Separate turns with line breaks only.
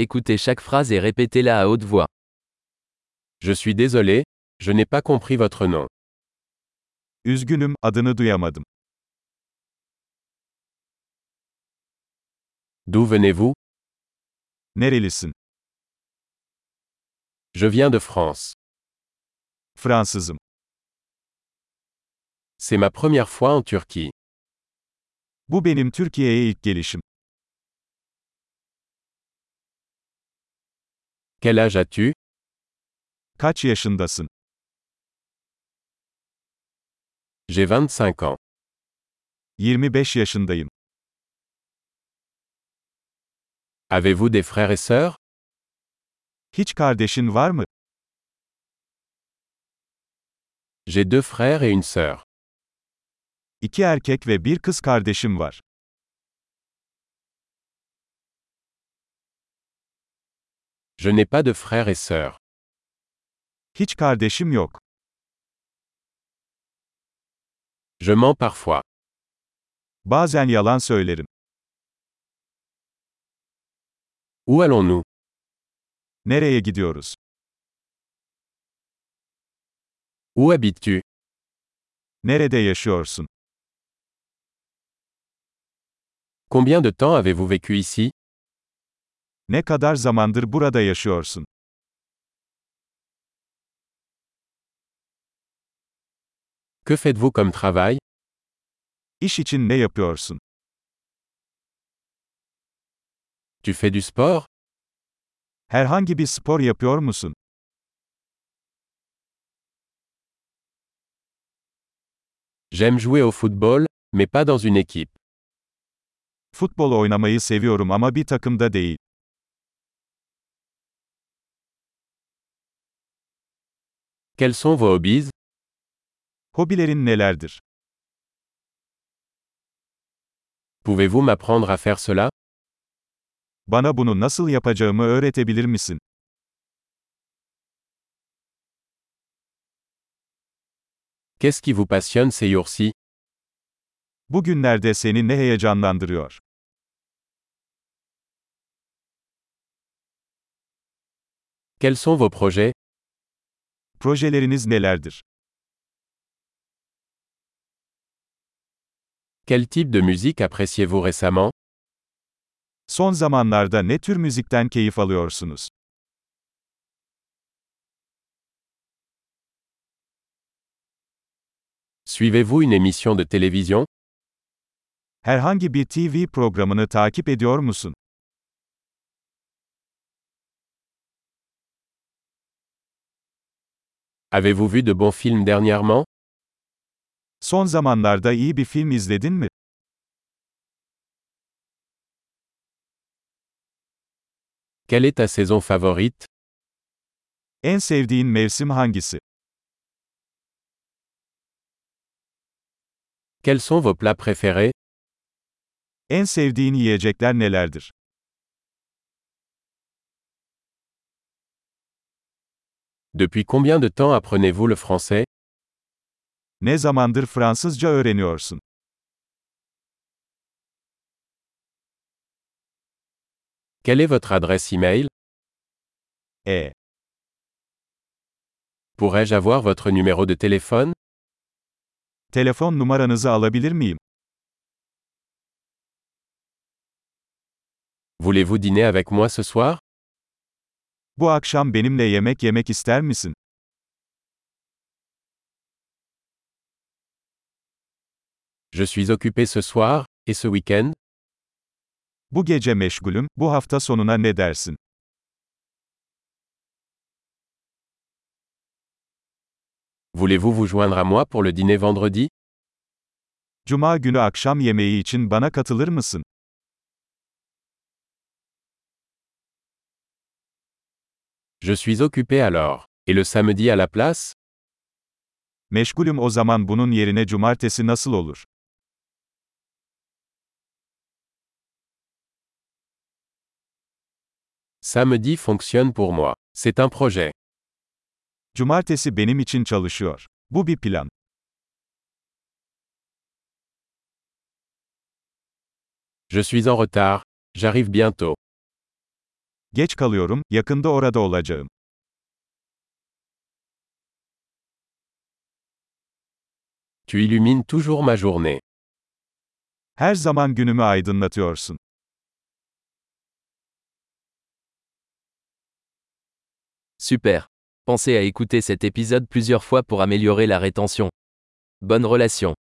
Écoutez chaque phrase et répétez-la à haute voix.
Je suis désolé, je n'ai pas compris votre nom.
Üzgünüm, adını duyamadım.
D'où venez-vous
Nerelisin?
Je viens de France.
Fransızım.
C'est ma première fois en Turquie.
Bu benim Türkiye'ye ilk gelişim.
Quel âge as-tu
Kaç yaşındasın?
J'ai 25 ans.
25 yaşındayım.
Avez-vous des frères et sœurs
Hiç kardeşin var mı?
J'ai deux frères et une sœur.
İki erkek ve bir kız kardeşim var.
Je n'ai pas de frères et sœurs.
Hiç kardeşim yok.
Je mens parfois.
Bazen yalan söylerim.
Où allons-nous
Nereye gidiyoruz?
Où habites-tu
Nerede yaşıyorsun?
Combien de temps avez-vous vécu ici
Ne kadar zamandır burada yaşıyorsun?
Que faites-vous comme travail
İş için ne yapıyorsun?
Tu fais du sport
Herhangi bir spor yapıyor musun?
J'aime jouer au football, mais pas dans une équipe.
Futbol oynamayı seviyorum ama bir takımda değil.
Quels sont vos hobbies
Hobilerin nelerdir?
Pouvez-vous m'apprendre à faire cela
Bana bunu nasıl yapacağımı öğretebilir misin?
Qu'est-ce qui vous passionne ces jours-ci
Bugünlerde seni ne heyecanlandırıyor?
Quels sont vos projets
Projeleriniz nelerdir?
Quel type de musique appréciez-vous récemment
Son zamanlarda ne tür müzikten keyif alıyorsunuz?
Suivez-vous une émission de télévision
Herhangi bir TV programını takip ediyor musun?
Avez-vous vu de bons films dernièrement
Son zamanlarda iyi bir film izledin mi?
Quelle est ta saison favorite
En sevdiğin mevsim hangisi?
Quels sont vos plats préférés
En sevdiğin yiyecekler nelerdir?
Depuis combien de temps apprenez-vous le français
Ne zamandır Fransızca öğreniyorsun?
Quelle est votre adresse e-mail
E.
Pourrais-je avoir votre numéro de téléphone
Telefon numaranızı alabilir miyim?
Voulez-vous dîner avec moi ce soir
Bu akşam benimle yemek yemek ister misin?
Je suis occupé ce soir, et ce week-end
Bu gece meşgulüm, bu hafta sonuna ne dersin?
Voulez-vous vous joindre à moi pour le dîner vendredi
Cuma günü akşam yemeği için bana katılır mısın?
Je suis occupé alors. Et le samedi à la place
Meşgulüm o zaman bunun yerine cumartesi nasıl olur?
Samedi fonctionne pour moi. C'est un projet.
Cumartesi benim için çalışıyor. Bu bir plan.
Je suis en retard. J'arrive bientôt.
Geç kalıyorum, yakında orada olacağım.
Tu illumines toujours ma journée.
Her zaman günümü aydınlatıyorsun.
Super. Pensez à écouter cet épisode plusieurs fois pour améliorer la rétention. Bonne relation.